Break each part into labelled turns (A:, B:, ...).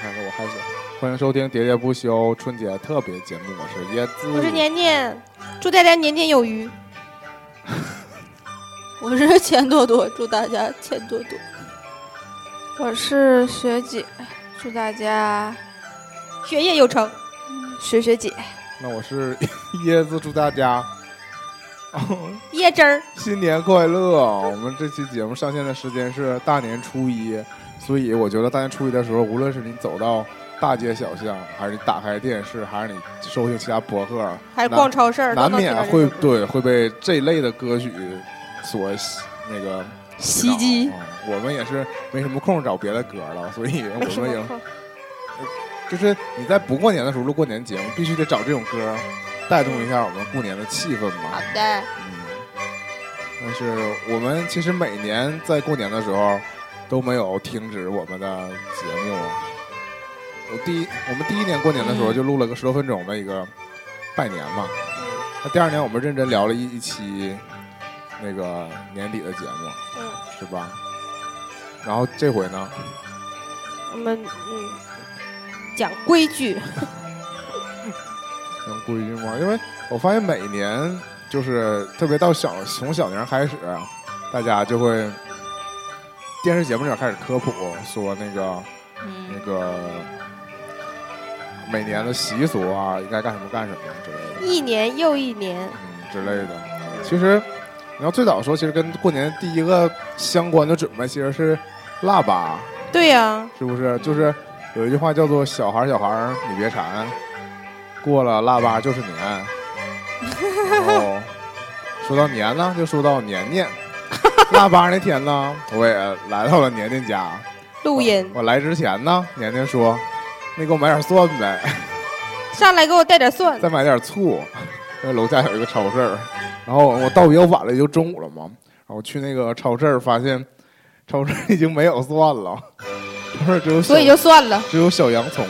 A: 看着我害羞。欢迎收听《喋喋不休》春节特别节目，我是椰子，
B: 我是年年，祝大家年年有余。
C: 我是 钱多多，祝大家钱多多。
D: 我是学姐，祝大家
B: 学业有成。
D: 学学姐。
A: 那我是椰子，祝大家、哦
B: 椰汁儿，
A: 新年快乐！我们这期节目上线的时间是大年初一，所以我觉得大年初一的时候，无论是你走到大街小巷，还是你打开电视，还是你收听其他博客，
B: 还是逛超市儿，
A: 难
B: 都能
A: 免
B: 听到这
A: 会
B: 首歌
A: 对会被这类的歌曲所吸那个
C: 袭击
A: 嗯我们也是没什么空找别的歌了，所以
B: 没
A: 我
B: 什么
A: 们 也
B: 错
A: 就是你在不过年的时候录过年节目，必须得找这种歌带动一下我们过年的气氛嘛。
B: 的，
A: 嗯，但是我们其实每年在过年的时候都没有停止我们的节目。我第一，我们第一年过年的时候就录了个十多分钟的一个拜年嘛。那第二年我们认真聊了一一期那个年底的节目，
B: 嗯，
A: 是吧？然后这回呢，
B: 我们嗯讲规矩，
A: 能规矩吗？因为我发现每年就是特别到小从小年开始，大家就会电视节目里开始科普，说那个那
C: 嗯，
A: 个每年的习俗啊，应该干什么干什么之类的，
B: 一年又一年，
A: 嗯之类的。其实你要最早说，其实跟过年第一个相关的准备其实是腊八，
B: 对呀、
A: 是不是？就是有一句话叫做“小孩儿小孩儿你别馋，过了腊八就是年”。然后说到年呢，就说到年年。腊八那天呢，我也来到了年年家。
B: 录音
A: 我来之前呢，年年说：“那给我买点蒜呗，
B: 上来给我带点蒜，
A: 再买点醋。”因为楼下有一个超市儿。然后我到比较晚了，也就中午了嘛。然后我去那个超市儿，发现超市儿已经没有蒜了， 超市儿只有小
C: 所以就算了。
A: 只有小洋葱，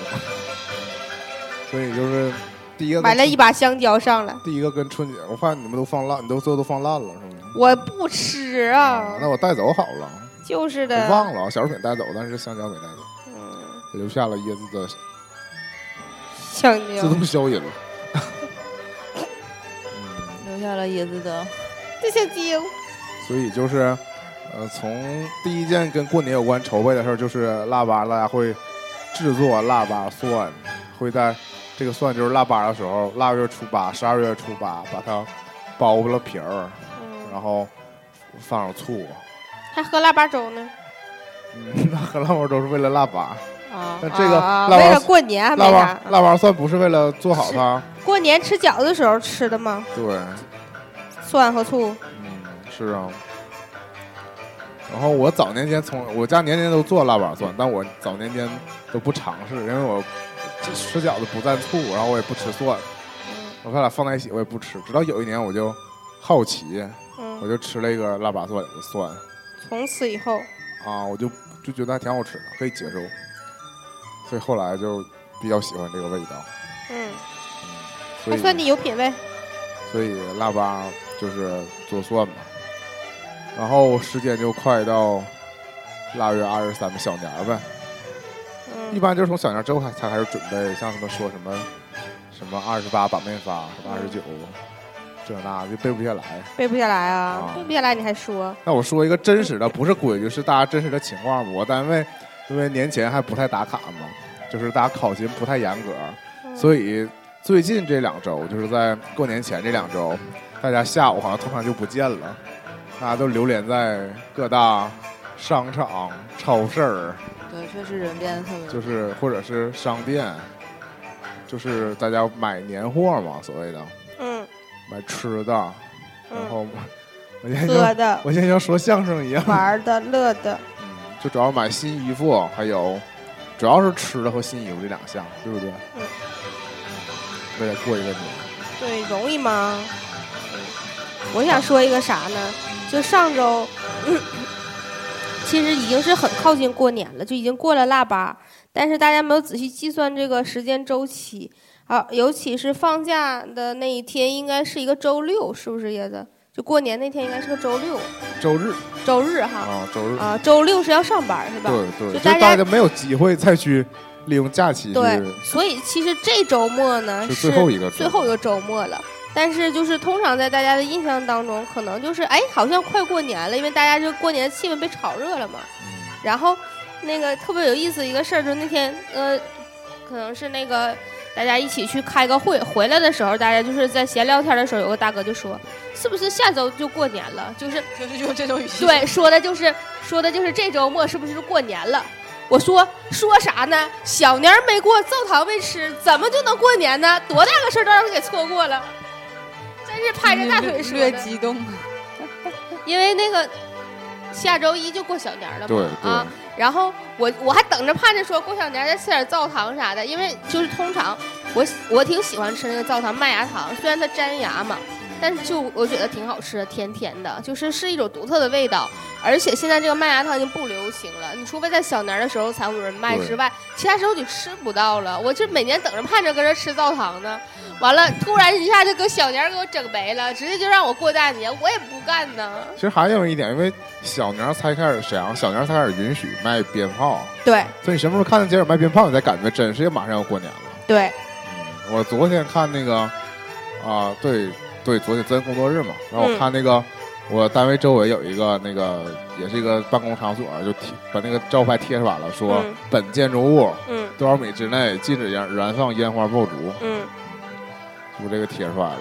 A: 所以就是第一个跟
B: 买了一把香蕉上来，
A: 第一个跟春节，我发现你们都放烂，你都最后都放烂了是吗？
B: 我不吃啊，
A: 那我带走好了，
B: 就是
A: 我
B: 的，
A: 忘了小食品带走，但是香蕉没带走，
B: 嗯，
A: 留下了椰子的
B: 香
A: 自
B: 蕉，
A: 动消音了。嗯，
C: 留下了椰子的，
B: 这香蕉，
A: 所以就是，呃，从第一件跟过年有关筹备的事儿就是腊八，大家会制作腊八蒜，会在这个蒜就是腊八的时候，腊月初八、十二月初八把它剥了皮儿，
B: 嗯，
A: 然后放上醋。
B: 还喝腊八粥呢，
A: 嗯， 那喝腊八粥是为了腊八，
B: 啊
A: 那这个
B: 啊啊
A: 腊八
B: 为了过年还没
A: 腊
B: 啥
A: 八，腊八蒜不是为了做好它，
B: 过年吃饺子的时候吃的嘛，
A: 对，
B: 蒜和醋，
A: 嗯，是啊。然后我早年间从我家年年都做腊八蒜，但我早年间都不尝试，因为我吃饺子不蘸醋，然后我也不吃蒜，我怕俩放在一起我也不吃。直到有一年我就好奇，我
B: 嗯，
A: 就吃了一个腊八蒜里的蒜
B: 从此以后，
A: 啊，我就就觉得还挺好吃的，可以接受，所以后来就比较喜欢这个味道。
B: 嗯，
A: 所
B: 还
A: 以
B: 算你有品位，
A: 所以腊八就是做蒜嘛。然后时间就快到腊月二十三的小年儿呗，一
B: 嗯，
A: 般就是从小年儿之后才才开始准备，像他们说什么什么二十八把面发，什么二十九，这那就背不下来。
B: 背不下来
A: 啊
B: 啊，背不下来你还说，
A: 那我说一个真实的，不是规矩，是大家真实的情况吧。我单位因为年前还不太打卡嘛，就是大家考勤不太严格，所以最近这两周，就是在过年前这两周，大家下午好像通常就不见了，大家都流连在各大商场、超市儿，
C: 对，确实人变得特别多。
A: 就是或者是商店，就是大家买年货嘛，所谓的
B: 嗯，
A: 买吃的，然
B: 嗯，
A: 后我现在
B: 喝
A: 像
B: 的、
A: 我现在像说相声一样，
B: 玩的、乐的，
A: 就主要买新衣服，还有主要是吃的和新衣服这两项，对不对？
B: 嗯
A: 为了过一个年，
B: 对，容易吗？
A: 嗯
B: 我想说一个啥呢？就 上周，其实已经是很靠近过年了，就已经过了腊八，但是大家没有仔细计算这个时间周期啊，尤其是放假的那一天，应该是一个周六，是不是叶子？就过年那天应该是个周六，
A: 周日
B: 周日哈
A: 啊，周日
B: 啊，周六是要上班是吧？
A: 对对，
B: 就
A: 就
B: 大家
A: 大家没有机会再去利用假期
B: 对
A: 是，
B: 所以其实这周末呢
A: 是最后一个周
B: 最后一个周末了。但是就是通常在大家的印象当中，可能就是哎，好像快过年了，因为大家这过年气氛被炒热了嘛。然后那个特别有意思一个事儿，就是那天呃，可能是那个大家一起去开个会，回来的时候大家就是在闲聊天的时候，有个大哥就说，是不是下周就过年了？就是
C: 就是用这种语气，
B: 对，说的就是说的就是这周末是不是就过年了？我说说啥呢？小年儿没过，灶堂没吃，怎么就能过年呢？多大个事儿都让他给错过了，真是拍着大腿说
C: 略
B: 的。
C: 激动。
B: 因为那个下周一就过小年儿了嘛，
A: 对
B: 啊，
A: 对，
B: 然后我我还等着盼着说过小年儿再吃点灶糖啥的，因为就是通常我喜我挺喜欢吃那个灶糖麦芽糖，虽然它粘牙嘛，但是就我觉得挺好吃的，甜甜的，就是是一种独特的味道。而且现在这个麦芽糖已经不流行了，你除非在小年儿的时候才有人卖
A: 对
B: 之外，其他时候就吃不到了。我这每年等着盼着搁这吃灶糖呢，完了突然一下就搁小年儿给我整没了，直接就让我过大年，我也不干呢。
A: 其实还有一点，因为小年儿才开始沈阳，小年儿才开始允许卖鞭炮，
B: 对
A: 所以你什么时候看见街上卖鞭炮，你才感觉真是马上要过年了。
B: 对，
A: 嗯，我昨天看那个，啊、对对，昨天昨天工作日嘛，然后
B: 嗯
A: 我看那个、我单位周围有一个那个也是一个办公场所，就贴把那个招牌贴出来了，说、
B: 嗯
A: 本建筑物
B: 嗯
A: 多少米之内禁止燃燃放烟花爆竹，
B: 嗯，
A: 就这个贴出来了，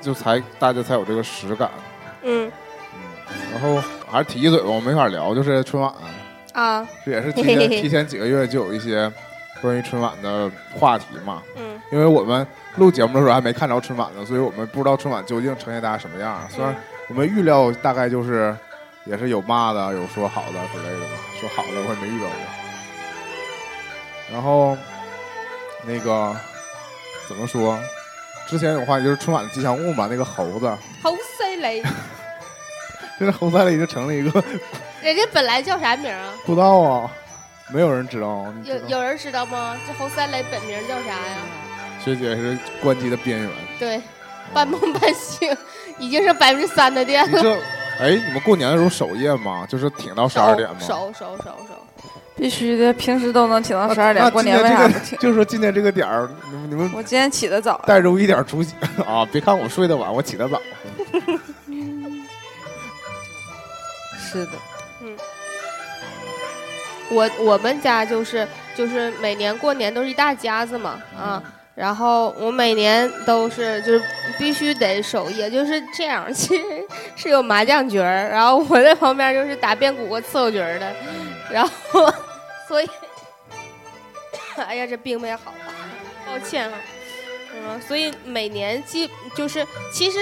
A: 就才大家才有这个实感。
B: 嗯
A: 然后还是提一嘴吧，我没法聊，就是春晚，
B: 啊，
A: 这也是提前
B: 嘿
A: 提前几个月就有一些关于春晚的话题嘛。
B: 嗯
A: 因为我们录节目的时候还没看着春晚呢，所以我们不知道春晚究竟呈现大家什么样儿。虽然我们预料大概就是也是有骂的，有说好的之类的嘛，说好的我也没遇到过。然后那个怎么说？之前有话题就是春晚的吉祥物嘛，那个猴子，
B: 猴塞雷，
A: 现在猴赛雷就成了一个
B: 人家本来叫啥名啊？
A: 不知道啊，没有人知道。你知
B: 有
A: 道
B: 有人知道吗？这侯三雷本名叫
C: 哎
B: 啥呀？
A: 学姐是关机的边缘。
B: 对，半梦半醒，已经是百分之三的电
A: 你
B: 了。
A: 这， 哎，你们过年的时候守夜吗？就是挺到十
B: 手
A: 二点吗？
B: 手手手手，
D: 必须的，平时都能挺到
A: 那
D: 十二点
A: 啊那，
D: 过
A: 今
D: 年为
A: 天这
D: 啥不
A: 个
D: 挺？
A: 就是说今天这个点儿，你们你们
D: 我今天起得早，
A: 带入一点儿出息 啊！别看我睡得晚，我起得早。
C: 是的，
B: 我我们家就是就是每年过年都是一大家子嘛
A: 嗯
C: 嗯
B: 啊。然后我每年都是就是必须得守夜，就是这样。 其实是有麻将局儿，然后我在旁边就是打边鼓和伺候局儿的， 然后所以，哎呀，这病没好，抱歉啊。嗯，所以每年基就是其实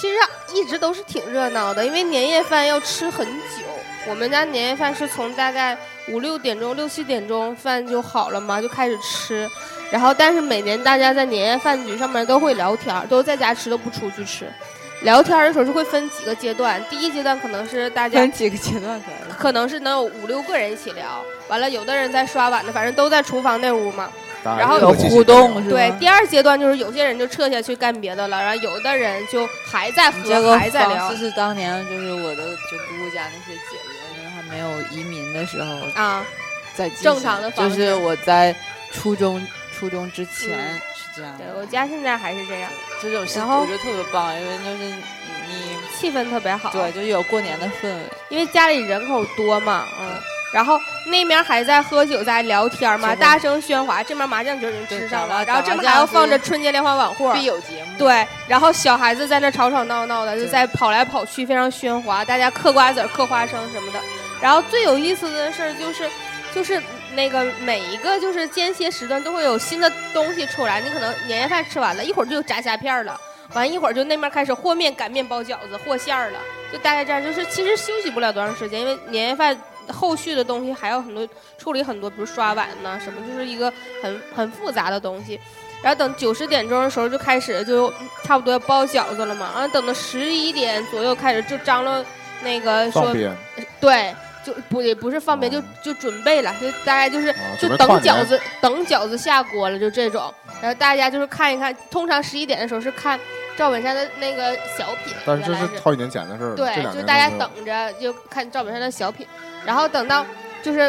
B: 其实一直都是挺热闹的，因为年夜饭要吃很久。我们家年夜饭是从大概五六点钟、六七点钟饭就好了嘛，就开始吃。然后，但是每年大家在年夜饭局上面都会聊天儿，都在家吃，都不出去吃。聊天儿的时候是会分几个阶段，第一阶段可能是大家
C: 分几个阶段可以。
B: 可能是能有五六个人一起聊，完了有的人在刷碗呢，反正都在厨房那屋嘛。
A: 大家
B: 然后
A: 一
B: 有
A: 起去
C: 互动
A: 聊
C: 是吧？
B: 对，第二阶段就是有些人就撤下去干别的了，然后有的人就还在
C: 你这
B: 喝，
C: 个
B: 还在
C: 方
B: 聊
C: 式是当年就是我的就姑姑家那些姐姐，因为还没有移民的时候
B: 啊。
C: 在进行
B: 正常的方式
C: 就是我在初中初中之前是这样
B: 嗯对
C: 的。
B: 我家现在还是这样，
C: 这种事
B: 然后
C: 我觉得特别棒，因为就是你你
B: 气氛特别好。
C: 对，就有过年的氛围，
B: 因为家里人口多嘛，嗯。然后那面还在喝酒，在聊天嘛，
C: 是的
B: 大声喧哗。这边麻将局已经吃上了，
C: 对
B: 然
C: 打麻
B: 后这边还要
C: 打麻将
B: 放着春节联欢晚会儿，
C: 必有节目。
B: 对，然后小孩子在那吵吵闹闹的，就
C: 对
B: 在跑来跑去，非常喧哗，大家嗑瓜子儿、嗑花生什么的。然后最有意思的事儿就是，就是那个每一个就是间歇时段都会有新的东西出来。你可能年夜饭吃完了，一会儿就有炸虾片儿了，完一会儿就那边开始和面、擀面、包饺子、和馅儿了，就大概这样。就是其实休息不了多长时间，因为年夜饭。后续的东西还有很多处理很多，比如刷碗呐、什么，就是一个很很复杂的东西。然后等九十点钟的时候就开始就差不多要包饺子了嘛，然后等到十一点左右开始就张罗那个
A: 放
B: 说
A: 鞭啊
B: 对，就不也不是放鞭，就
A: 哦
B: 就准备了，就大概就是，就
A: 啊准备
B: 等
A: 跨
B: 饺
A: 年
B: 子等饺子下锅了，就这种。然后大家就是看一看，通常十一点的时候是看赵本山的那个小品，
A: 但是
B: 原
A: 这
B: 来
A: 是好几年前的事儿了，这
B: 对，
A: 两
B: 就
A: 年
B: 大家
A: 都没有
B: 等着就看赵本山的小品，然后等到就是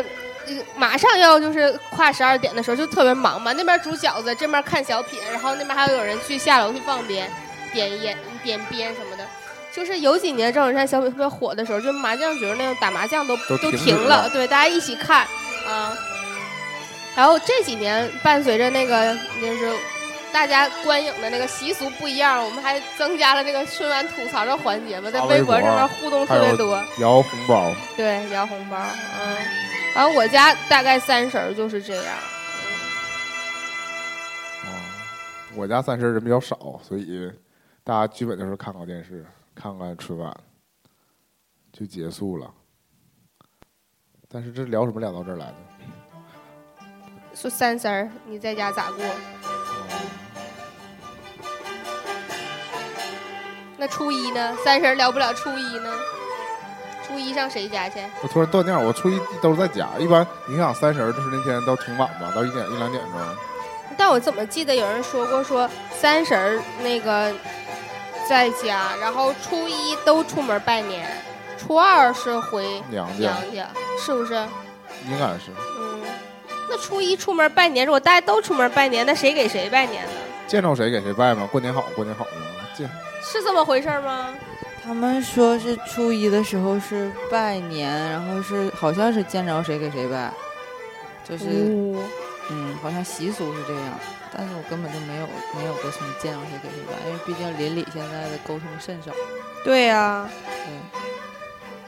B: 呃马上要就是跨十二点的时候就特别忙嘛，那边煮饺子，这边看小品，然后那边还有有人去下楼去放鞭、点烟、点鞭什么的。就是有几年赵本山小品特别火的时候，就麻将局那种打麻将都
A: 都停止
B: 停
A: 了
B: 对，大家一起看啊。然后这几年伴随着那个就是大家观影的那个习俗不一样，我们还增加了那个春晚吐槽的环节吧，在
A: 发微
B: 微博
A: 博
B: 上面互动特
A: 还
B: 别
A: 有
B: 多。
A: 摇红包，
B: 对，摇红包，嗯，然后我家大概三婶儿就是这样，
A: 啊，我家三十人比较少，所以大家基本就是看看电视，看看春晚，就结束了。但是这聊什么聊到这儿来的？
B: 说三婶儿你在家咋过？那初一呢？三婶儿聊不了初一呢？初一上谁家去？
A: 我突然断电，我初一都是在家，一般你想三十儿就是那天到挺晚吧，到一点一两点钟。
B: 但我怎么记得有人说过说三婶儿那个在家，然后初一都出门拜年，初二是回
A: 娘家
B: 娘家，是不是？
A: 应该是
B: 嗯，那初一出门拜年，如果大家都出门拜年，那谁给谁拜年呢？
A: 见着谁给谁拜嘛，过年好，过年好嘛。见
B: 是这么回事儿吗？
C: 他们说是初一的时候是拜年，然后是好像是见着谁给谁拜，就是嗯，好像习俗是这样。但是我根本就没有没有过什么见着谁给谁拜，因为毕竟邻里现在的沟通甚少。
B: 对呀、
C: 嗯，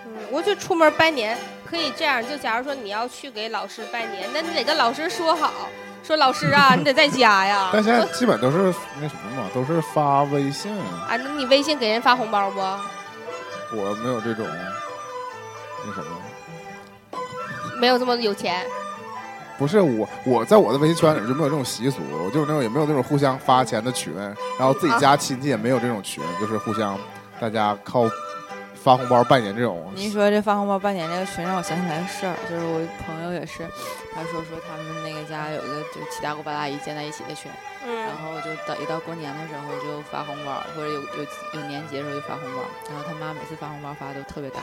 B: 嗯，我就出门拜年可以这样，就假如说你要去给老师拜年，那你得跟老师说好，说老师啊，你得在家呀。
A: 但现在基本都是那什么嘛，都是发微信，
B: 啊，那你微信给人发红包不？
A: 我没有这种那什么。
B: 没有这么有钱。
A: 不是我，我在我的微信圈里就没有这种习俗，就是那种也没有那种互相发钱的群，然后自己家
C: 啊
A: 亲戚也没有这种群，就是互相大家靠发红包拜年这种。
C: 您说这发红包拜年这个群，让我想起来个事儿，就是我朋友也是，他说说他们那个家有一个就七大姑八大姨建在一起的群，然
B: 嗯，
C: 后就到一到过年的时候就发红包，或者有有有年节的时候就发红包，然后他妈每次发红包发的都特别大，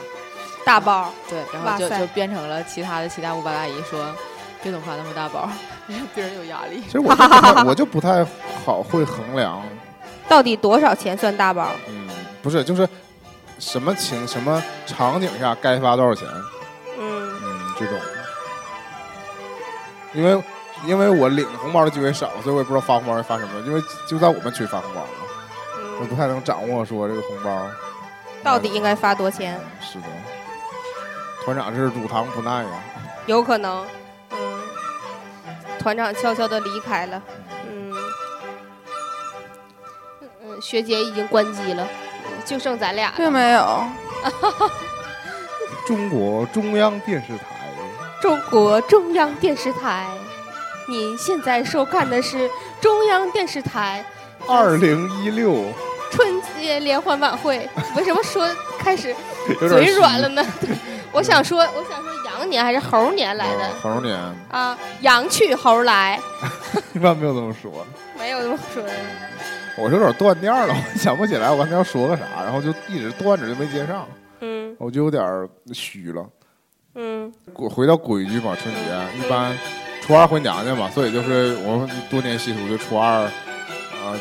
B: 大包。
C: 对，然
B: 哇
C: 后就
B: 塞
C: 就变成了其他的七大姑八大姨说，别总发那么大包，让 别人有压力。
A: 其实我就不 太我就不太好会衡量，
B: 到底多少钱算大包？
A: 嗯，不是就是什么情什么场景下该发多少钱，
B: 嗯，
A: 嗯，这种。因为因为我领红包的机会少，所以我也不知道发红包会发什么，因为就在我们区发红包嘛，我不
B: 嗯
A: 太能掌握说这个红包嗯
B: 到底应该发多钱？
A: 是的，团长是乳糖不耐啊呀、
B: 有可能。嗯，团长悄悄的离开了。嗯，嗯，学姐已经关机了，就剩咱俩
D: 并
B: 了。
D: 没有，
A: 中国中央电视台，
B: 中国中央电视台，您现在收看的是中央电视台
A: 二零一六，
B: 春节联欢晚会。为什么说开始
A: 有点
B: 嘴
A: 虚
B: 软了 呢？我想说，我想说羊年还是猴年来的
A: 啊猴年
B: 啊？羊去猴来，
A: 一般没有这么说，
B: 没有这么说的。
A: 我是有点断电了，我想不起来我刚才要说个啥，然后就一直断着就没接上，
B: 嗯
A: 我就有点儿虚了。
B: 嗯
A: 我回到规矩嘛，春节一般初二回娘家嘛，所以就是我们多年习俗，就初二啊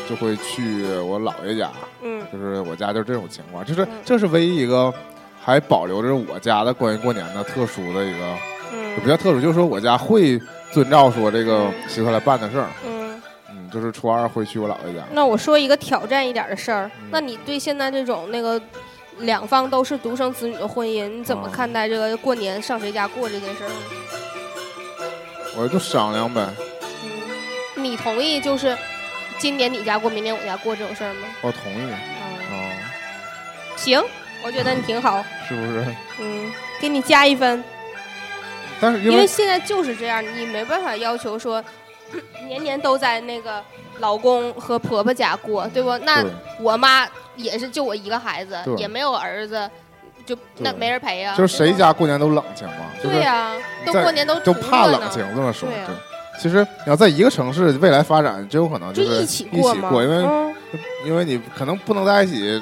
A: 就会去我姥爷家，
B: 嗯
A: 就是我家就是这种情况，就是
B: 嗯
A: 这是唯一一个还保留着我家的关于过年的特殊的一个，也不
B: 嗯
A: 叫特殊，就是说我家会遵照说这个习俗来办的事儿。
B: 嗯。
A: 嗯，就是初二会去我姥爷家。
B: 那我说一个挑战一点的事儿
A: 嗯，
B: 那你对现在这种那个两方都是独生子女的婚姻，你怎么
A: 啊
B: 看待这个过年上谁家过这件事儿？
A: 我就商量呗，
B: 嗯，你同意就是今年你家过，明年我家过这种事儿吗？
A: 我同意啊、
B: 嗯，行，我觉得你挺好，
A: 是不是？
B: 嗯，给你加一分，
A: 但是因
B: 因
A: 为
B: 为现在就是这样，你没办法要求说 年年都在那个老公和婆婆家过，对不？那
A: 对
B: 我妈也是就我一个孩子
A: 对，
B: 也没有儿子，就那没人陪呀、
A: 就是谁家过年都冷清嘛，就
B: 对
A: 是
B: 呀、都
A: 在
B: 过年都
A: 就
B: 图
A: 怕
B: 着
A: 冷
B: 呢
A: 清，这么说
B: 对啊
A: 其实你要在一个城市，未来发展真有可能
B: 就是一
A: 一
B: 起
A: 过
B: 嘛，
A: 因为、
B: 嗯
A: 因为你可能不能在一起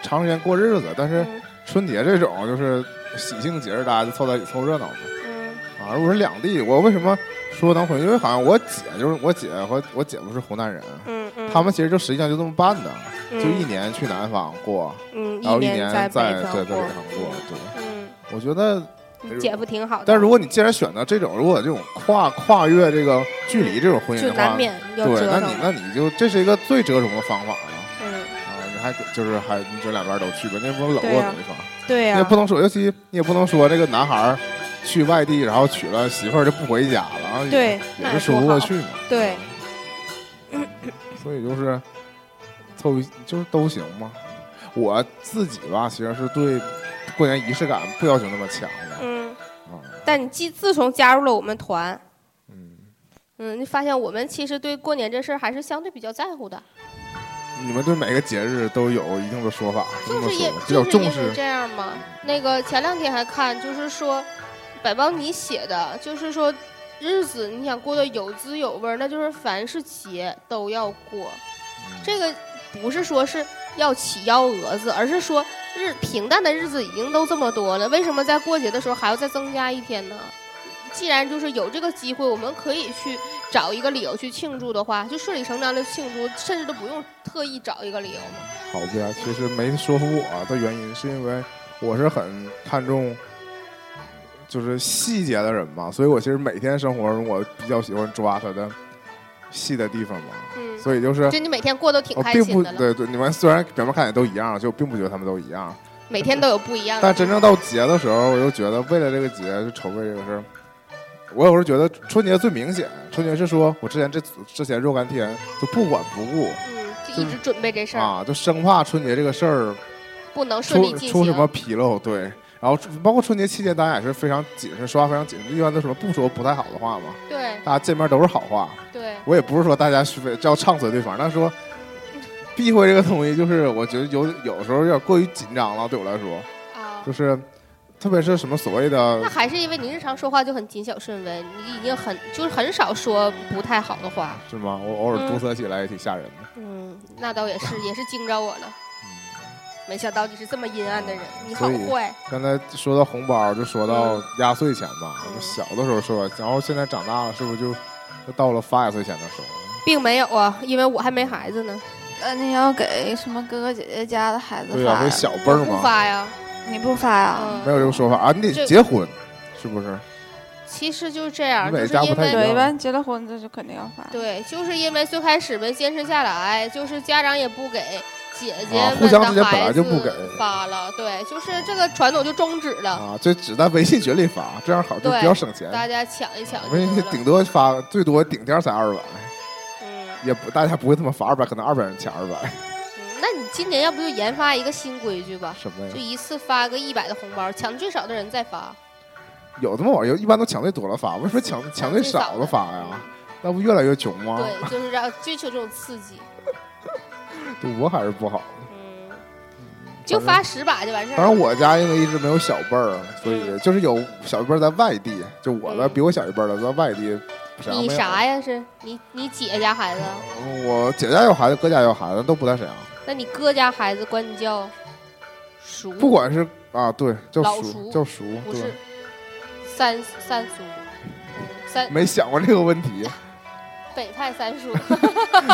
A: 长时间过日子，但是
B: 嗯
A: 春节这种就是喜庆节日，大家就凑在一起凑热闹嘛。
B: 嗯
A: 啊，啊，我是两地。我为什么说能混？因为好像我姐就是我姐和我姐夫是湖南人，
B: 嗯嗯，
A: 他们其实就实际上就这么办的，
B: 嗯
A: 就一年去南方过，
B: 嗯
A: 然后一
B: 年
A: 在
B: 北
A: 对在
B: 上
A: 北
B: 过，
A: 上过。对，
B: 嗯，
A: 我觉得，
B: 你姐夫挺好的，
A: 但如果你既然选择这种，如果这种跨跨越这个距离这种婚姻
B: 就
A: 的
B: 难
A: 话，
B: 免要
A: 对，
B: 折
A: 那你
B: 腾，
A: 那你就这是一个最折中的方法了
B: 嗯，
A: 啊！你还就是还你这两边都去吧，那不能冷落
B: 对呀
A: 对方。
B: 对
A: 你
B: 呀、
A: 也不能说，尤其你也不能说这个男孩儿去外地，然后娶了媳妇儿就不回家了，然后也
B: 对那
A: 也
B: 也
A: 是说
B: 不
A: 不过
B: 好
A: 去嘛。
B: 对，
A: 所以就是凑一就是都行嘛。我自己吧，其实是对过年仪式感不要求那么强的
B: 嗯，
A: 啊，
B: 但你自自从加入了我们团，
A: 嗯，
B: 嗯，你发现我们其实对过年这事儿还是相对比较在乎的，
A: 你们对每个节日都有一定的说法，
B: 就
A: 这么
B: 是
A: 说
B: 因
A: 比较
B: 就是
A: 重
B: 因为
A: 视
B: 这样嘛。那个前两天还看，就是说百邦你写的，就是说日子你想过得有滋有味儿，那就是凡是节都要过。这个不是说是要起幺蛾子，而是说日平淡的日子已经都这么多了，为什么在过节的时候还要再增加一天呢？既然就是有这个机会，我们可以去找一个理由去庆祝的话，就顺理成章的庆祝，甚至都不用特意找一个理由嘛。
A: 好吧，其实没说服我的原因，是因为我是很看重就是细节的人嘛，所以我其实每天生活中我比较喜欢抓他的细的地方嘛，
B: 嗯，
A: 所以就是
B: 就你每天过都挺
A: 我
B: 开
A: 并
B: 心
A: 不
B: 的了，
A: 对对，你们虽然表面看起来都一样，就并不觉得他们都一样，
B: 每天都有不一样的
A: 但
B: 地
A: 真正到节的时候，我就觉得为了这个节就筹备这个事儿。我有时候觉得春节最明显，春节是说我之前这之前若干天就不管不顾
B: 方，嗯，就一直准备这事儿，
A: 啊，就生怕春节这个事儿
B: 不能顺利
A: 出
B: 进
A: 出什么纰
B: 行。
A: 漏，对。然后包括春节期间，大家也是非常谨慎，说话非常谨慎。一般都什么不说不太好的话嘛，
B: 对
A: 大家见面都是好话。
B: 对，
A: 我也不是说大家是非要唱衰对方，但是说避讳这个东西，就是我觉得有有时候有点过于紧张了。对我来说，
B: 啊
A: 就，是特别是什么所谓
B: 那
A: 的，
B: 还是因为你日常说话就很谨小慎微，你已经很就是很少说不太好的话。
A: 是吗？我偶尔堵塞起来也挺吓人的。
B: 嗯，那倒也是，也是惊着我了。没想到你是这么阴暗的人，你好
A: 所以
B: 坏。
A: 刚才说到红包，就说到压岁钱嘛。
B: 嗯
A: 我们小的时候说，然后现在长大了，是不是就就到了发压岁钱的时候？
B: 并没有啊，因为我还没孩子呢，
D: 那呃你要给什么哥哥姐姐家的孩子
A: 对呀、
D: 发
A: 给
D: 呀？
A: 小辈儿
B: 不
A: 嘛。
B: 发呀。
D: 你不发呀？
A: 没
B: 嗯，
A: 有这个说法啊，你得
B: 这
A: 结婚，是不是？
B: 其实就是这样，
A: 每
B: 就是
A: 家不
B: 因
A: 太一
B: 为
A: 样
D: 对，一般结了婚这就肯定要发。
B: 对，就是因为最开始没坚持下来，就是家长也不给姐姐
A: 啊
B: 们
A: 互相之
B: 的
A: 间本来
B: 孩
A: 就
B: 子
A: 不给
B: 发了，对，就是这个传统就终止了，
A: 啊，就只在微信群里发，这样好，就
B: 对
A: 比较省钱。
B: 大家抢一抢就
A: 微信
B: 得
A: 顶
B: 了。
A: 多发最多顶天才二百，
B: 嗯，
A: 也不大家不会他妈发二百，可能二百人抢二百，
B: 嗯那你今年要不就研发一个新规矩吧，
A: 什么呀
B: 就？一次发个一百的红包，抢最少的人再发，
A: 有这么玩意儿，一般都抢最多了发，为什么抢抢最少的发呀？那不越来越穷吗？
B: 嗯对，就是让追求这种刺激，
A: 赌博还是不好。
B: 嗯，就发十把就完事
A: 当
B: 儿
A: 然
B: 了。
A: 我家因为一直没有小辈儿，啊所以就是有小一辈儿在外地，就我的
B: 嗯
A: 比我小一辈儿的在外地。沈阳没
B: 你
A: 有嗯
B: 啥？呀？是你你姐家孩子，
A: 我姐家有孩子，哥家有孩子，都不在沈阳。
B: 那你哥家孩子管你叫叔，
A: 不管是啊，对，叫
B: 老
A: 熟
B: 熟
A: 叫熟，
B: 不
A: 对
B: 是，三三叔，三
A: 没想过这个问题，
B: 北派三叔，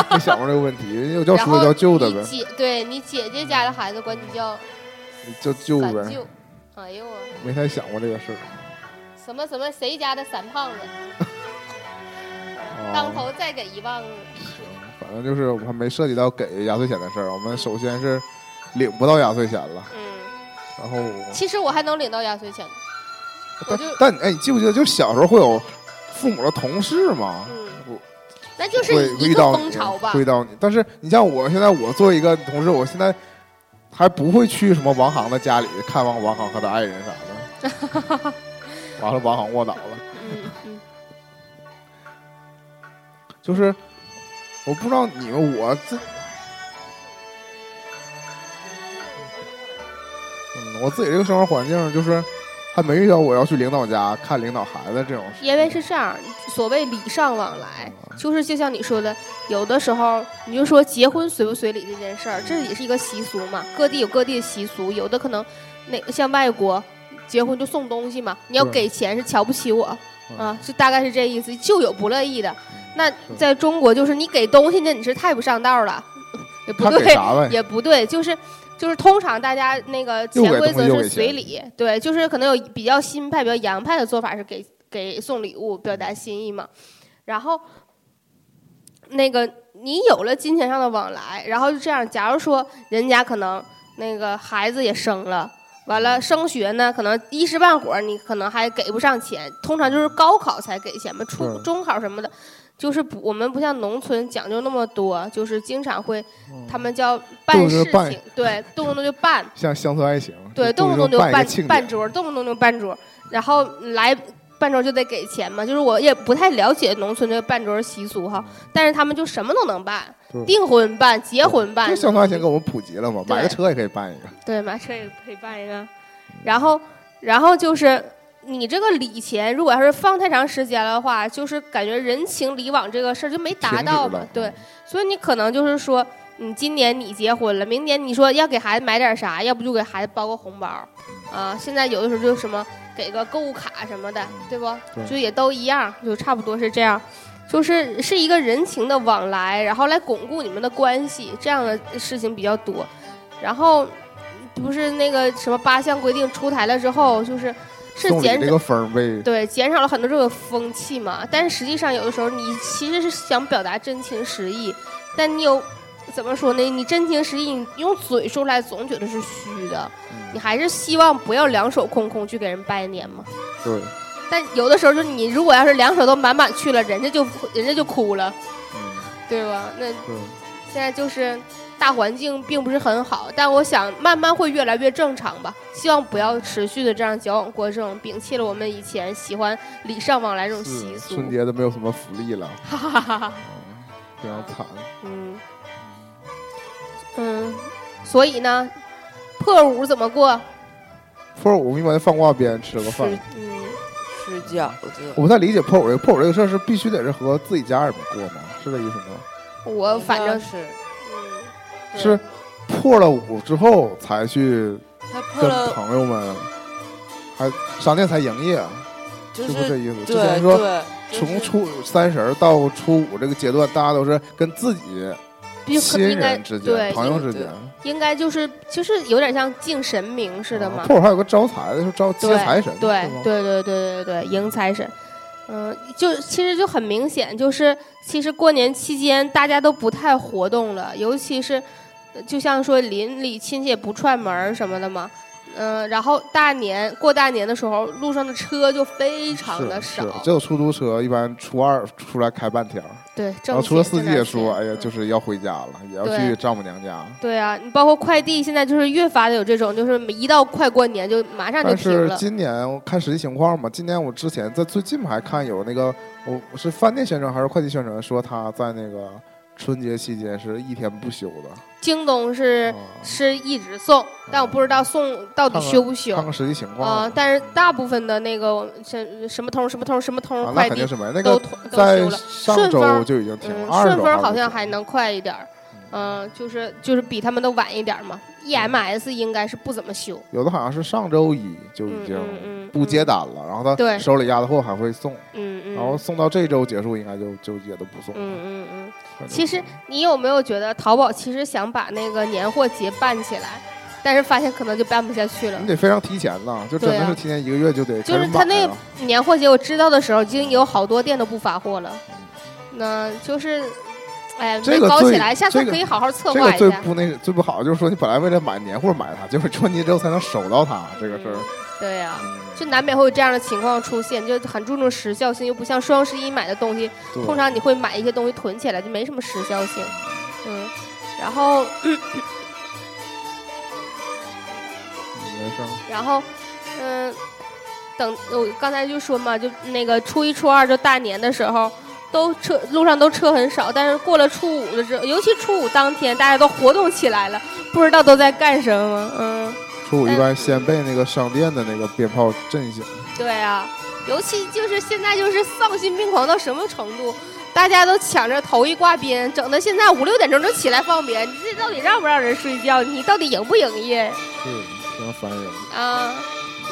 A: 没想过这个问题，因为 我叫
B: 然
A: 叔
B: 后
A: 叫舅的
B: 你
A: 呗，
B: 姐对你姐姐家的孩子管你叫
A: 叫 舅
B: 三
A: 呗，
B: 舅，哎呦我
A: 没太想过这个事儿。
B: 什么什么谁家的三胖子，
A: 哦
B: 当
A: 啊，
B: 头再给一棒子，
A: 反正就是我们还没涉及到给压岁钱的事儿，我们首先是领不到压岁钱了，
B: 嗯，
A: 然后
B: 其实我还能领到压岁钱，我
A: 但
B: 就
A: 但哎，你记不记得就小时候会有父母的同事嘛？
B: 嗯，
A: 我
B: 那就是
A: 会
B: 一
A: 遇
B: 个
A: 到
B: 风
A: 你
B: 潮吧，，
A: 会遇到你。但是你像我现在，我作为一个同事，我现在还不会去什么王航的家里看望王航和他爱人啥的。完了，王航卧倒了。
B: 嗯嗯，
A: 就是我不知道你们我自，嗯，我自己这个生活环境就是还没遇到我要去领导家看领导孩子这种事。啊
B: 因为是这样，所谓礼尚往来，就是就像你说的，有的时候你就说结婚随不随礼这件事儿，这也是一个习俗嘛，各地有各地的习俗，有的可能那像外国结婚就送东西嘛，你要
A: 对嗯
B: 给钱是瞧不起我，啊，就大概是这意思，就有不乐意的。那在中国，就是你给东西，那你是太不上道了，也不
A: 他给
B: 对，
A: 啥呗？
B: 也不对，就是就是通常大家那个潜规
A: 又给
B: 则
A: 东西又给
B: 是
A: 钱
B: 随礼，对，就是可能有比较新派、比较洋派的做法是给给送礼物表达心意嘛。然后那个你有了金钱上的往来，然后就这样，假如说人家可能那个孩子也生了。完了，升学呢，可能一时半会儿你可能还给不上钱，通常就是高考才给钱嘛，初
A: 对
B: 中考什么的，就是不我们不像农村讲究那么多，就是经常会他们叫办
A: 动不
B: 事
A: 动就办
B: 情，对，动不动就办，
A: 嗯像乡村爱情，
B: 对，动
A: 不
B: 不动就
A: 办一个
B: 办
A: 庆
B: 办
A: 典，
B: 桌，动不动就办桌，然后来办桌就得给钱嘛。就是我也不太了解农村这个办桌习俗哈，但是他们就什么都能办
A: 对，
B: 订婚办、结婚办
A: 这，乡村爱情给我们普及了嘛，
B: 对
A: 买个车也可以办一个。
B: 对，马车也可以办一个。然后，然后就是你这个礼钱，如果要是放太长时间的话，就是感觉人情礼往这个事儿就没
A: 停
B: 达
A: 止
B: 到嘛
A: 了。嗯
B: 对，，所以你可能就是说，你今年你结婚了，明年你说要给孩子买点啥，要不就给孩子包个红包，啊，现在有的时候就什么给个购物卡什么的，对不？
A: 对
B: 就也都一样，就差不多是这样，就是是一个人情的往来，然后来巩固你们的关系，这样的事情比较多。然后不是那个什么八项规定出台了之后，就是是
A: 送礼
B: 减
A: 这
B: 少
A: 个分儿被
B: 对，减少了很多这个风气嘛。但是实际上，有的时候你其实是想表达真情实意，但你有怎么说呢？你真情实意，你用嘴说出来，总觉得是虚的。你还是希望不要两手空空去给人拜年嘛。
A: 对，
B: 但有的时候，就你如果要是两手都满满去了，人家就人家就哭了，
A: 嗯，
B: 对吧？那
A: 对，嗯
B: 现在就是大环境并不是很好，但我想慢慢会越来越正常吧。希望不要持续的这样矫枉过正，摒弃了我们以前喜欢礼尚往来 这种习
A: 是
B: 俗。
A: 春节都没有什么福利了，
B: 哈哈哈哈，
A: 嗯非常惨。
B: 嗯嗯，所以呢，破五怎么过？
A: 破五一般就放挂鞭吃个饭，
C: 吃
B: 嗯，
C: 吃饺子，
A: 我不太理解破五这个破五这个事儿是必须得是和自己家人们过吗？是这意思吗？
B: 我反
C: 应该
B: 正
C: 是
B: 嗯，对
A: 是破了五之后才去
C: 他破
A: 跟
C: 了，
A: 朋友们，还商店才营业，啊
C: 就是
A: 不是这
C: 是
A: 意思？之
C: 对
A: 前说
C: 对，就是
A: 从初三十儿到初五这个阶段，大家都是跟自己
B: 必须
A: 亲
B: 应该
A: 人之
B: 对
A: 间、朋友之间
C: 对。
B: 应该就是就是有点像敬神明似的嘛。
A: 啊破五还有个招财的，是招接
B: 对
A: 财神，
B: 对
A: 是吗
B: 对对对对对，迎财神。嗯，就其实就很明显，就是其实过年期间大家都不太活动了，尤其是呃就像说邻里亲戚也不串门儿什么的嘛。嗯、然后大年过大年的时候，路上的车就非常的
A: 是
B: 少
A: 是，，只有出租车一般初二出来开半天儿，
B: 对，
A: 然
B: 正
A: 后除了
B: 解
A: 司
B: 这
A: 机
B: 段
A: 也
B: 时
A: 说，
B: 间
A: 哎呀，就
B: 嗯
A: 是要回家了，也要
B: 对
A: 去丈母娘家。
B: 对啊，你包括快递，现在就是越发的有这种，就是一到快过年就马上就
A: 但
B: 停
A: 是
B: 了，
A: 今年我看实际情况嘛，今年我之前在最近还看有那个，我我是饭店宣传还是快递宣传，说他在那个春节期间是一天不休的。
B: 京东是
A: 啊
B: 是一直送，但我不知道送到底
A: 看看
B: 修不修
A: 看看实际情
B: 啊、
A: 况吧。
B: 但是大部分的那个什什么通什么通什么通
A: 啊，那
B: 快
A: 肯
B: 递
A: 定是没那个，
B: 都通都
A: 在
B: 修了，
A: 上
B: 顺丰
A: 周就已经停
B: 嗯
A: 了，，二
B: 顺
A: 周
B: 丰好
A: 就
B: 像
A: 停
B: 还能快一点儿，嗯、就是就是比他们都晚一点儿嘛。EMS
A: 嗯
B: 应该是不怎么修，
A: 有的好像是上周一就
B: 嗯
A: 已经
B: 嗯嗯，
A: 不接单了，然后他
B: 对
A: 手里压的货还会送，
B: 嗯，嗯嗯，
A: 然后送到这周结束应该就就也都不送
B: 嗯
A: 了。
B: 嗯嗯。
A: 反正
B: 其实你有没有觉得淘宝其实想把那个年货节办起来，但是发现可能就办不下去了
A: 你。得非常提前呐，就真
B: 对
A: 的
B: 啊
A: 是提前一个月就得
B: 就是
A: 开始
B: 他
A: 买
B: 那
A: 了
B: 年货节我知道的时候，已经有好多店都不发货了，那就是，哎，
A: 这个
B: 没搞起
A: 最
B: 来，下次
A: 这个
B: 可以好好策
A: 这
B: 划
A: 个
B: 一
A: 最
B: 下。
A: 不那个最不好的就是说，你本来为了买年货买它，结果春节之后才能收到它，这个事儿
B: 嗯。对呀、
A: 嗯
B: 就难免会有这样的情况出现，就很注重时效性，又不像双十一买的东西，
A: 对
B: 通常你会买一些东西囤起来，就没什么时效性。嗯，然后
A: 没事儿
B: 然后，嗯，等我刚才就说嘛，就那个初一、初二就大年的时候，都车路上都车很少，但是过了初五的时候，尤其初五当天，大家都活动起来了，不知道都在干什么。嗯，
A: 初五一般先被那个商店的那个鞭炮震醒，
B: 对啊，尤其就是现在就是丧心病狂到什么程度，大家都抢着头一挂鞭，整的现在五六点钟就起来放鞭，你这到底让不让人睡觉？你到底营不营业？
A: 是非常烦人。
B: 啊，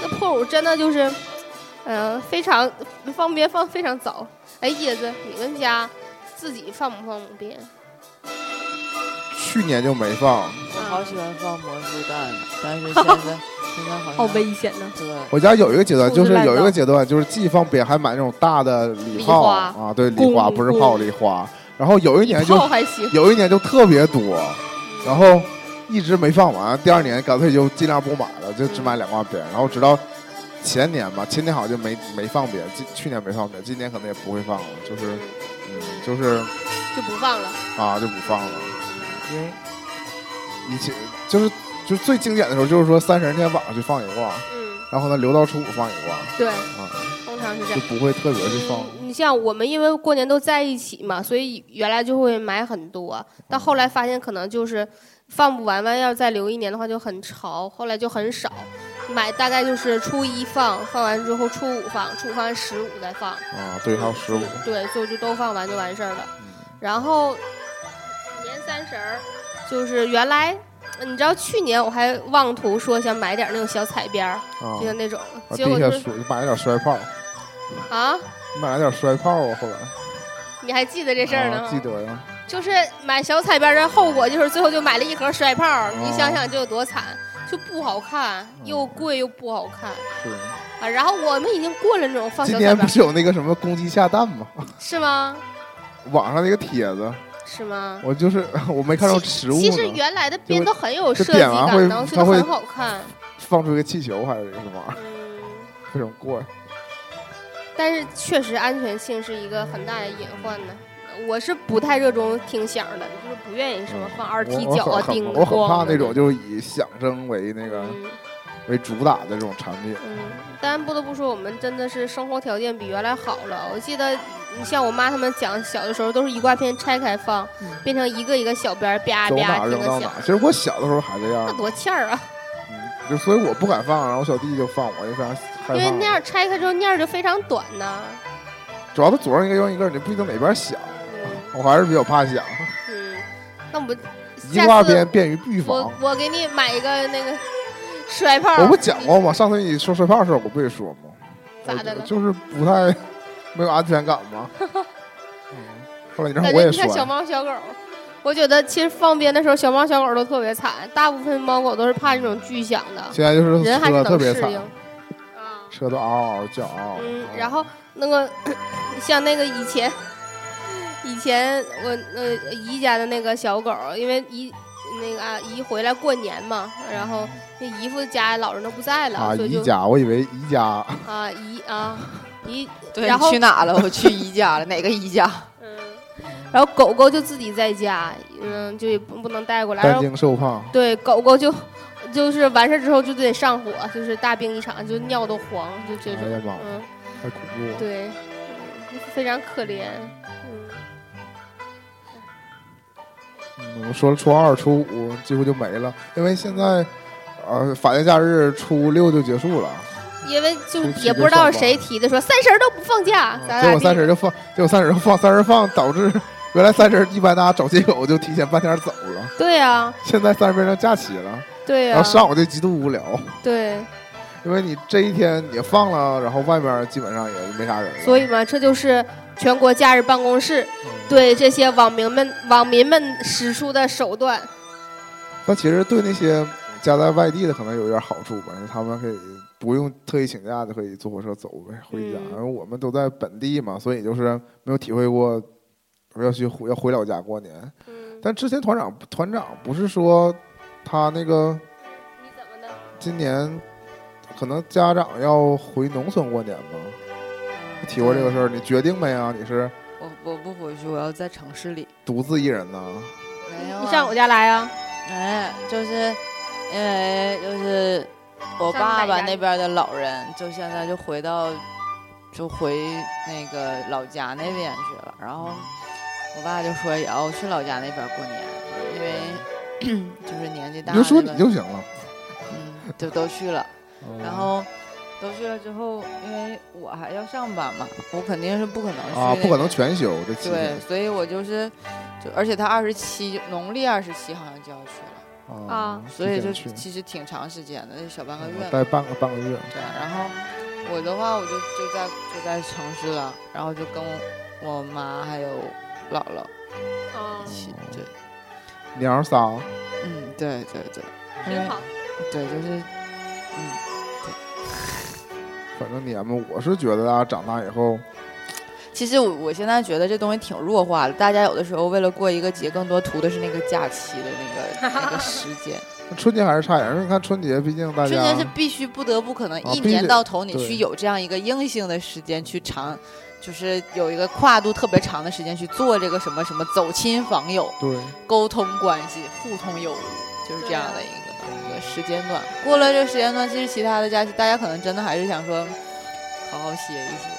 B: 那破五真的就是，哎、嗯，非常放鞭放非常早。哎，椰子，你们家自己放不放鞭？
A: 去年就没放，
C: 我好喜欢放魔术蛋，但是现在 现在好像
B: 好危险呢。
C: 对，
A: 我家有一个阶段，
B: 兔
A: 就
B: 子
A: 是
B: 烂
A: 有一
B: 灶
A: 个阶段，就是既放鞭还买那种大的礼
B: 礼
A: 炮
B: 花
A: 啊，对，礼
B: 弓
A: 花不是
B: 弓
A: 炮，礼花。然后有一年就
B: 炮还行，
A: 有一年就特别多，然后一直没放完，第二年干脆就尽量不买了，就只买两挂鞭，然后直到前年吧，前年好像就没没放鞭，今去年没放鞭，今年可能也不会放了，就是嗯，就是
B: 就不放了。
A: 啊就不放了，因为以前就是就最经典的时候就是说三十那天晚上去放一挂，
B: 嗯，
A: 然后呢留到初五放一挂，
B: 对，
A: 啊
B: 通常是这
A: 就
B: 样。
A: 不会特别去放。
B: 嗯你像我们，因为过年都在一起嘛，所以原来就会买很多，到后来发现可能就是放不完，万一要再留一年的话就很潮，后来就很少买，大概就是初一放，放完之后初五放，初五放完十五再放，
A: 啊，对，还有十五，
B: 对，所以就都放完就完事儿了。
A: 嗯
B: 然后年三十儿，就是原来你知道去年我还妄图说想买点儿那种小彩鞭儿，
A: 啊
B: 就，像那种，
A: 啊
B: 结
A: 地
B: 果
A: 下
B: 就是
A: 摔买了点摔炮，
B: 啊，
A: 买了点摔炮啊，后来
B: 你还记得这事儿呢
A: 啊
B: 吗？
A: 记得呀。
B: 就是买小彩鞭儿的后果就是最后就买了一盒摔炮儿，你
A: 哦嗯
B: 想想这有多惨，就不好看，又贵又不好看
A: 是，
B: 啊。然后我们已经过了那种放
A: 今
B: 小彩
A: 年
B: 鞭
A: 不
B: 儿，
A: 是有那个什么公鸡下蛋吗？
B: 是吗？
A: 网上那个帖子，
B: 是吗？
A: 我就是我没看到实物
B: 其实
A: 呢，
B: 原来的鞭都很有
A: 就
B: 设计
A: 点完会
B: 感的，我觉
A: 它
B: 得
A: 会
B: 很好看。
A: 放出一个气球还是一个什么玩意儿，
B: 嗯，
A: 各种过。
B: 但是确实安全性是一个很大的隐患呢。我是不太热衷听响儿的，就是不愿意什么放二
A: 嗯
B: 踢
A: 我
B: 脚啊、
A: 我很
B: 叮
A: 很我很怕
B: 咣的
A: 那种就是以响声为那个
B: 嗯
A: 为主打的这种产品。
B: 嗯，但不得不说，我们真的是生活条件比原来好了。我记得，你像我妈他们讲，小的时候都是一挂片拆开放，
C: 嗯
B: 变成一个一个小边儿，啪
A: 走
B: 啪
A: 哪
B: 听
A: 扔
B: 个
A: 到
B: 响
A: 哪，，其实我小的时候还这
B: 那
A: 样，
B: 多欠儿啊！
A: 嗯就所以我不敢放，然后我小弟就放，我就非常害
B: 因为
A: 怕。
B: 那样拆开之后，那样就非常短
A: 啊
B: 呐。
A: 主要它左上一个右上一个，你不一定哪边响，
B: 嗯
A: 我还是比较怕响。
B: 嗯，那我
A: 一挂
B: 下
A: 鞭
B: 次
A: 便于预防
B: 我。我给你买一个那个摔炮儿，
A: 我不讲过吗？上次你说摔炮的时候，我不也说吗？
B: 咋的了
A: 我就是不太没有安全感 嘛。嗯后来你让
B: 感
A: 我
B: 觉
A: 也
B: 你
A: 摔
B: 看，小猫小狗，我觉得其实放鞭的时候，小猫小狗都特别惨，大部分猫狗都是怕这种巨响的，
A: 现在就是
B: 人还是
A: 车特
B: 能
A: 别
B: 适
A: 惨
B: 应。，
C: 嗯
B: 啊，
A: 车都嗷嗷嗷叫嗷嗷。
B: 嗯
A: 嗷，
B: 然后那个像那个以前以前我呃姨家的那个小狗，因为姨那个啊姨回来过年嘛，然后那姨夫家老人都不在了，
A: 啊，
B: 所以
A: 宜
B: 就
A: 家，我以为宜家
B: 啊姨 啊姨
C: 对，
B: 然
C: 你
B: 后
C: 去哪了？我去宜家了，哪个 宜家？
B: 嗯，然后狗狗就自己在家，嗯，就也不不能带过来，然
A: 担
B: 后
A: 惊受怕，
B: 对狗狗就就是完事儿之后就得上火，就是大病一场，就尿都黄，就这
A: 哎呀
B: 种，
A: 妈呀
B: 嗯。
A: 太恐怖了。
B: 对，嗯非常可怜。嗯，
A: 嗯，我说了初二、初五几乎就没了，因为现在呃法定假日初六就结束了，
B: 因为就
A: 谁
B: 是
A: 提
B: 也
A: 的
B: 不知道
A: 上吧啊
B: 谁提的，说三十儿都不放假，咋
A: 嗯结
B: 咋
A: 果三
B: 地。
A: 十就放，结果三十放，三十放导致原来三十一般大家找借口就提前半天走了。
B: 对呀，
A: 现在三十变成假期了，
B: 对啊
A: 然后，
B: 呀
A: 啊上午就极度无聊，
B: 对，
A: 因为你这一天也放了，然后外面基本上也没啥人了。
B: 所以嘛，这就是全国假日办公室
A: 嗯，
B: 对这些网民们、网民们使出的手段。
A: 但其实对那些家在外地的可能有一点好处吧，因为他们可以不用特意请假就可以坐火车走呗回家。
B: 嗯
A: 因为我们都在本地嘛，所以就是没有体会过要去回要回老家过年。
B: 嗯，
A: 但之前团长团长不是说他那个
B: 你怎么的？
A: 今年可能家长要回农村过年吗？提过这个事儿，你决定没啊？你是
C: 我我不回去，我要在城市里。
A: 独自一人呢？
C: 没有啊、
B: 你上我家来啊？
C: 哎，就是因为就是我
B: 上
C: 爸
B: 奶
C: 爸
B: 家
C: 那
B: 里
C: 边的老人，就现在就回到就回那个老家那边去了。然后我爸就说也要去老家那边过年，因为 就是年纪大
A: 你
C: 那
A: 就说
C: 个，
A: 你就行了。
C: 嗯，就都去了。
A: 嗯
C: 然后都去了之后，因为我还要上班嘛，我肯定是不可能去、
A: 啊，不可能。全休这七
C: 对
A: 天，
C: 所以我就是，就而且他二十七，农历二十七好像就要去了，
B: 啊
A: 提
C: 所以
A: 前
C: 就
A: 去
C: 其实挺长时间的，小半个
A: 嗯
C: 月嘛。啊
A: 待半个半个月。
C: 对，然后我的话，我就就在就在城市了，然后就跟我我妈还有姥姥
B: 嗯
C: 一，
A: 哦
C: 起，对，
A: 娘仨，
C: 嗯，对对对，因为
B: 挺
A: 嗯
B: 好。
C: 对，就是，嗯，
A: 反正你们，我是觉得大家长大以后，
C: 其实我我现在觉得这东西挺弱化的，大家有的时候为了过一个节，更多图的是那个假期的那个那个时间。
A: 春节还是差点，因为你看春节，毕竟大家
C: 春节是必须不得不可能
A: 啊
C: 一
A: 必须
C: 年到头你
A: 对
C: 去有这样一个硬性的时间去长，就是有一个跨度特别长的时间去做这个什么什么走亲访友、
A: 对，
C: 沟通关系、互通有无，就是这样的一个一个时间段。过了这个时间段，其实其他的假期大家可能真的还是想说好好歇一歇。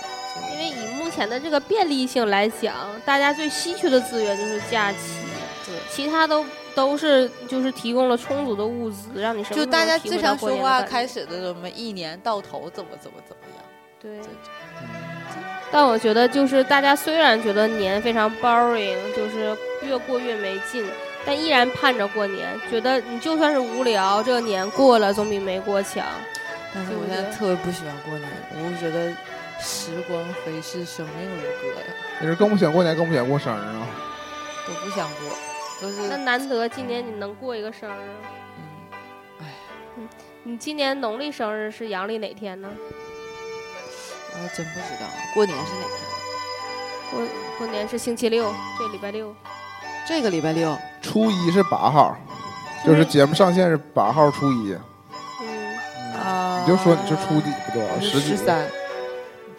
B: 因为以目前的这个便利性来讲，大家最稀缺的资源就是假期，
C: 对，
B: 其他都都是就是提供了充足的物资，让你什么
C: 就
B: 都
C: 大
B: 能
C: 家
B: 体
C: 最
B: 会到
C: 常
B: 过
C: 说
B: 年的
C: 话
B: 感觉
C: 开始的什么一年到头怎么怎么怎么样，
B: 对
C: 对。
A: 嗯
B: 但我觉得就是大家虽然觉得年非常 boring，就是越过越没劲，但依然盼着过年，觉得你就算是无聊，这个年过了总比没过强。
C: 但是
B: 对
C: 我
B: 不
C: 现在
B: 对
C: 特别不喜欢过年，我就觉得时光飞逝，生命如歌呀，
A: 你是更不想过年，更不想过生日啊。
C: 都不想过，都是
B: 那难得今年你能过一个生日，
C: 嗯，
B: 你嗯今年农历生日是阳历哪天呢？
C: 我还真不知道过年是哪天，
B: 过过年是星期六，这礼拜六。
C: 这个礼拜六
A: 初一是八号，就是节目上线是八号初一，
B: 嗯，
A: 嗯
C: 啊，
A: 你就说你是初几不
C: 我
A: 对，十
C: 是
A: 几，
C: 十三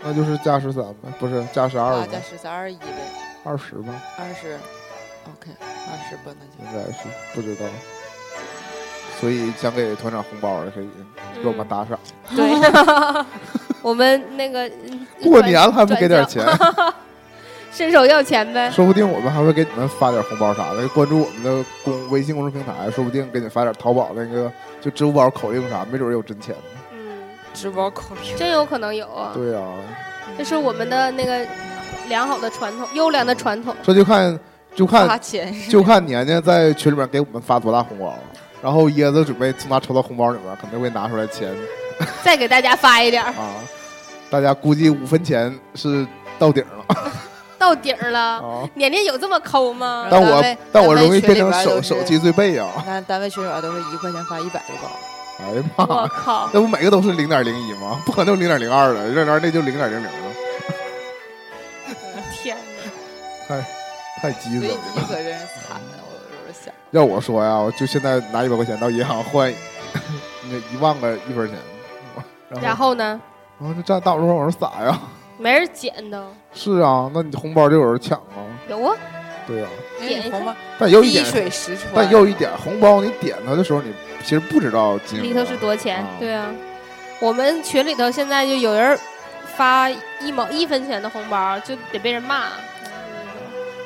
A: 那就是加十三呗，不是加十二
C: 啊，加
A: 呗，
C: 十三二一呗，
A: 二十吧，
C: 二十，OK，二十吧，那就
A: 应该是不知道。所以想给团长红包的可以
C: 嗯
B: 嗯
A: 给我们打赏，
B: 对，我们那个嗯
A: 过年了还不给点钱，
B: 伸手要钱
C: 哎
B: 呗。
A: 说不定我们还会给你们发点红包啥的。关注我们的公微信公众平台，说不定给你发点淘宝那个就支付宝口令啥，没准有真钱呢。
B: 嗯，
C: 支包口令，
B: 真有可能有啊。
A: 对啊，
B: 这是我们的那个良好的传统，优良的 传统。
A: 这就看就看
C: 花钱是
A: 就看年年在群里面给我们发多大红包，然后椰子准备从他抽到红包里面，肯定会拿出来钱
B: 再给大家发一点儿，
A: 啊！大家估计五分钱是到顶了
B: 到底儿了。
A: 啊！
B: 年年有这么抠吗？
A: 但
C: 单
A: 我
C: 位
A: 但我
C: 单位
A: 容易
C: 群里
A: 变成
C: 边
A: 手
C: 都是
A: 手机最背啊！
C: 那单位群里边都是一块钱发一百个包，
A: 哎呀
B: 我
A: 妈，
B: 靠！
A: 那不每个都是零点零一吗？ 不可能零点零二的，零点零二那就零点零零了，
B: 天哪！
A: 太鸡
C: 所
A: 贼
C: 以
A: 了
C: 你。可真是惨的，我有时候想。
A: 要我说呀，我就现在拿一百块钱到银行换 那一万个一分钱，
B: 然后呢？
A: 然后就站大马路上往上撒呀。
B: 没人捡的，
A: 是啊，那你红包就有人抢啊。
B: 有啊，
A: 对呀、啊，
C: 因为你红包
A: 但有一
C: 滴
A: 点
C: 水石穿，
A: 但又一点，红包你点它的时候，你其实不知道金额
B: 里头是多少钱
A: 啊？
B: 对啊，我们群里头现在就有人发一毛一分钱的红包，就得被人骂，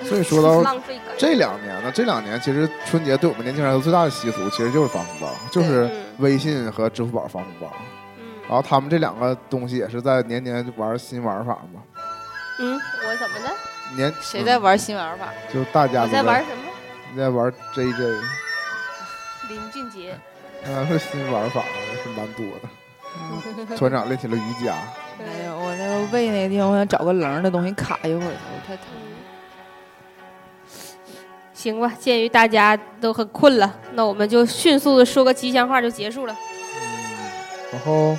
A: 所以说到
B: 浪费感。
A: 这两年呢，这两年其实春节对我们年轻人来说最大的习俗，其实就是发红包，就是
B: 嗯
A: 微信和支付宝发红包。然
B: 嗯
A: 后他们这两个东西也是在年年玩新玩法嘛，
B: 嗯，我怎么的？
A: 年
C: 谁在？玩新玩法？
A: 嗯就大家
B: 我
A: 都
B: 在玩什么？
A: 在玩 JJ，
B: 林俊杰。
A: 嗯，是新玩法，是蛮多的。团长练起了瑜伽，
B: 嗯
C: 哎呀，我那个胃那个地方，我想找个棱儿的东西卡一会儿，我太疼了。
B: 嗯行吧，鉴于大家都很困了，那我们就迅速的说个吉祥话就结束了。
A: 然后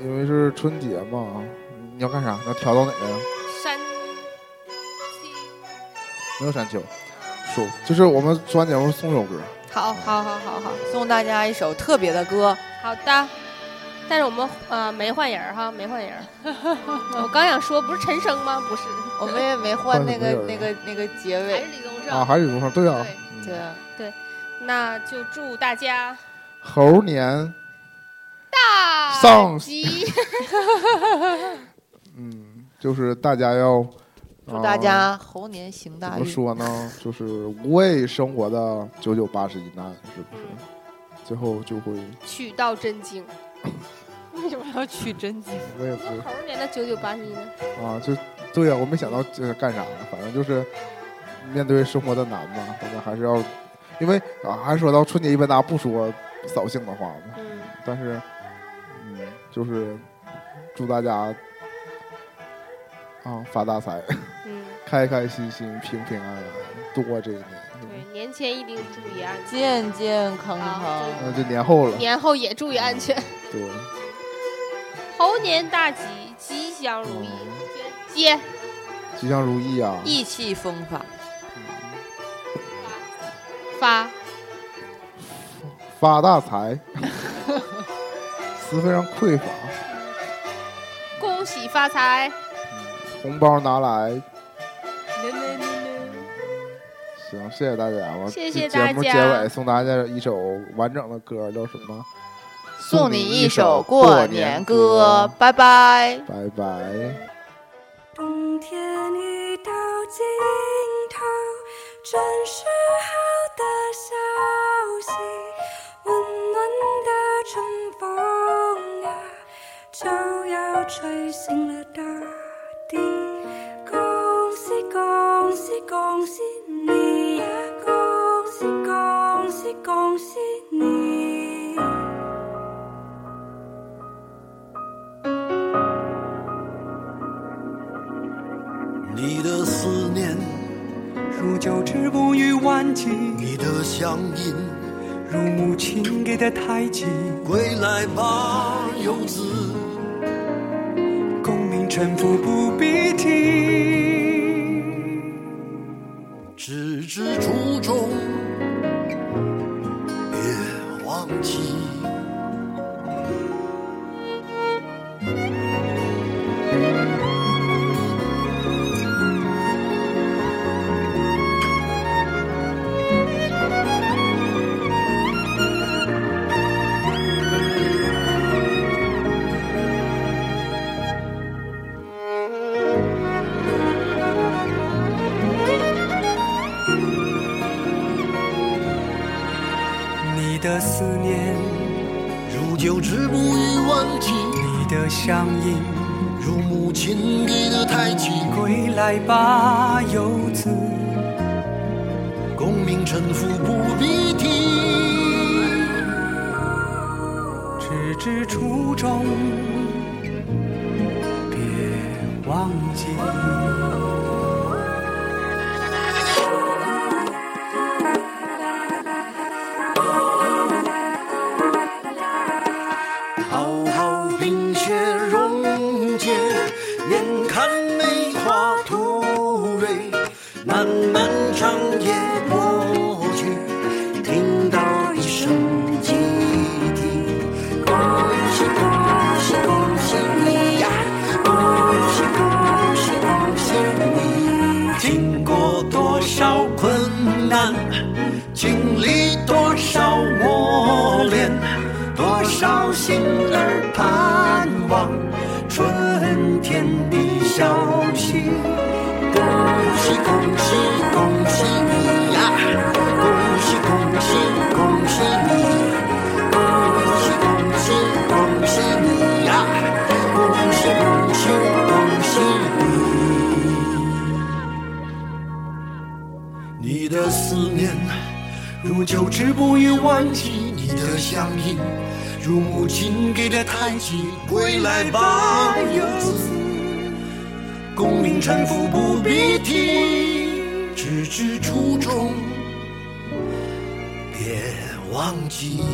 A: 因为是春节嘛，你要干啥？你要调到哪个呀？
B: 山
A: 没有山丘，说就是我们做完节目送首歌，啊
B: 好好好好好
C: 送大家一首特别的歌，
B: 好的，但是我们呃没换人儿哈，没换人儿。我刚想说，不是陈升吗？不是，
C: 我们也没换那个
A: 换什
C: 那
A: 么
C: 个那个结
B: 还
C: 尾
B: 是。李宗
A: 啊，
B: 盛。
A: 还是有多少？对啊
B: 对，
A: 嗯
C: 对啊，
B: 那就祝大家
A: 猴年，
B: 大
A: 丧
B: 吉，
A: 嗯，就是大家要
C: 祝大、家猴年行
A: 呃
C: 大
A: 怎么
C: 运。
A: 说呢？就是无畏生活的九九八十一难，是不是？
C: 嗯
A: 最后就会，
B: 取到 真经。
C: 为什么要取真经？
A: 我也不
B: 那猴年的九九八十一呢？
A: 啊，就呃对呀、我没想到这是干啥呢，反正就是面对生活的难嘛，大家还是要，因为啊，还说到春节一般大家不说扫兴的话嘛，
B: 嗯，
A: 但是，嗯，就是祝大家啊发大财，
B: 嗯，
A: 开开心心，平平安安度过这一年。
B: 对，年前一定注意安全，
C: 健健康康
B: 啊。
A: 那就年后了，
B: 年后也注意安全，
A: 对，
B: 猴年大吉，吉祥如意，接
A: 吉祥如意啊！嗯
C: 意气风发，
B: 发
A: 发大财， 词非常匮乏，
B: 恭喜发财，
A: 红包拿来。行，谢谢大家吧。
B: 谢谢
A: 节
B: 大
A: 目结
B: 家
A: 尾送大家一首完整的歌，叫什么？
C: 送你
A: 一
C: 一首
A: 过
C: 过年歌，。拜拜。
A: 拜拜。
E: 冬天已到尽头，真是好的消息。温暖的春风啊，就要吹醒了大地。恭喜恭喜恭喜你呀、恭喜恭喜恭喜你！
F: 你的思念，
G: 如旧之风雨万季，
F: 你的乡音，
G: 如母亲给的胎记，
F: 归来吧，游子，
G: 功名臣服不必提。
F: 只知初衷，别忘记。
G: 你的思念，
F: 如旧之不与万计，
G: 你的乡音，
F: 如母亲给的胎记，
G: 归来吧，游子，
F: 功名臣服不必提。
G: 直至初衷，别忘记。
F: 浩浩冰雪溶解，眼看梅花吐蕊，漫漫长夜过去，听到一声鸡啼，恭喜恭喜恭喜你呀，恭喜恭喜恭喜你！经过多少困难，经历多少磨练，多少心儿盼望春天的消息。恭喜恭喜恭喜你呀！恭喜恭喜恭喜你！恭喜恭喜恭喜你呀！恭喜恭喜恭喜你！你的思念。如旧之不与万计，你的乡音，如母亲给的叹息，归来吧，游子，功名臣服不必提，只知初衷，别忘记。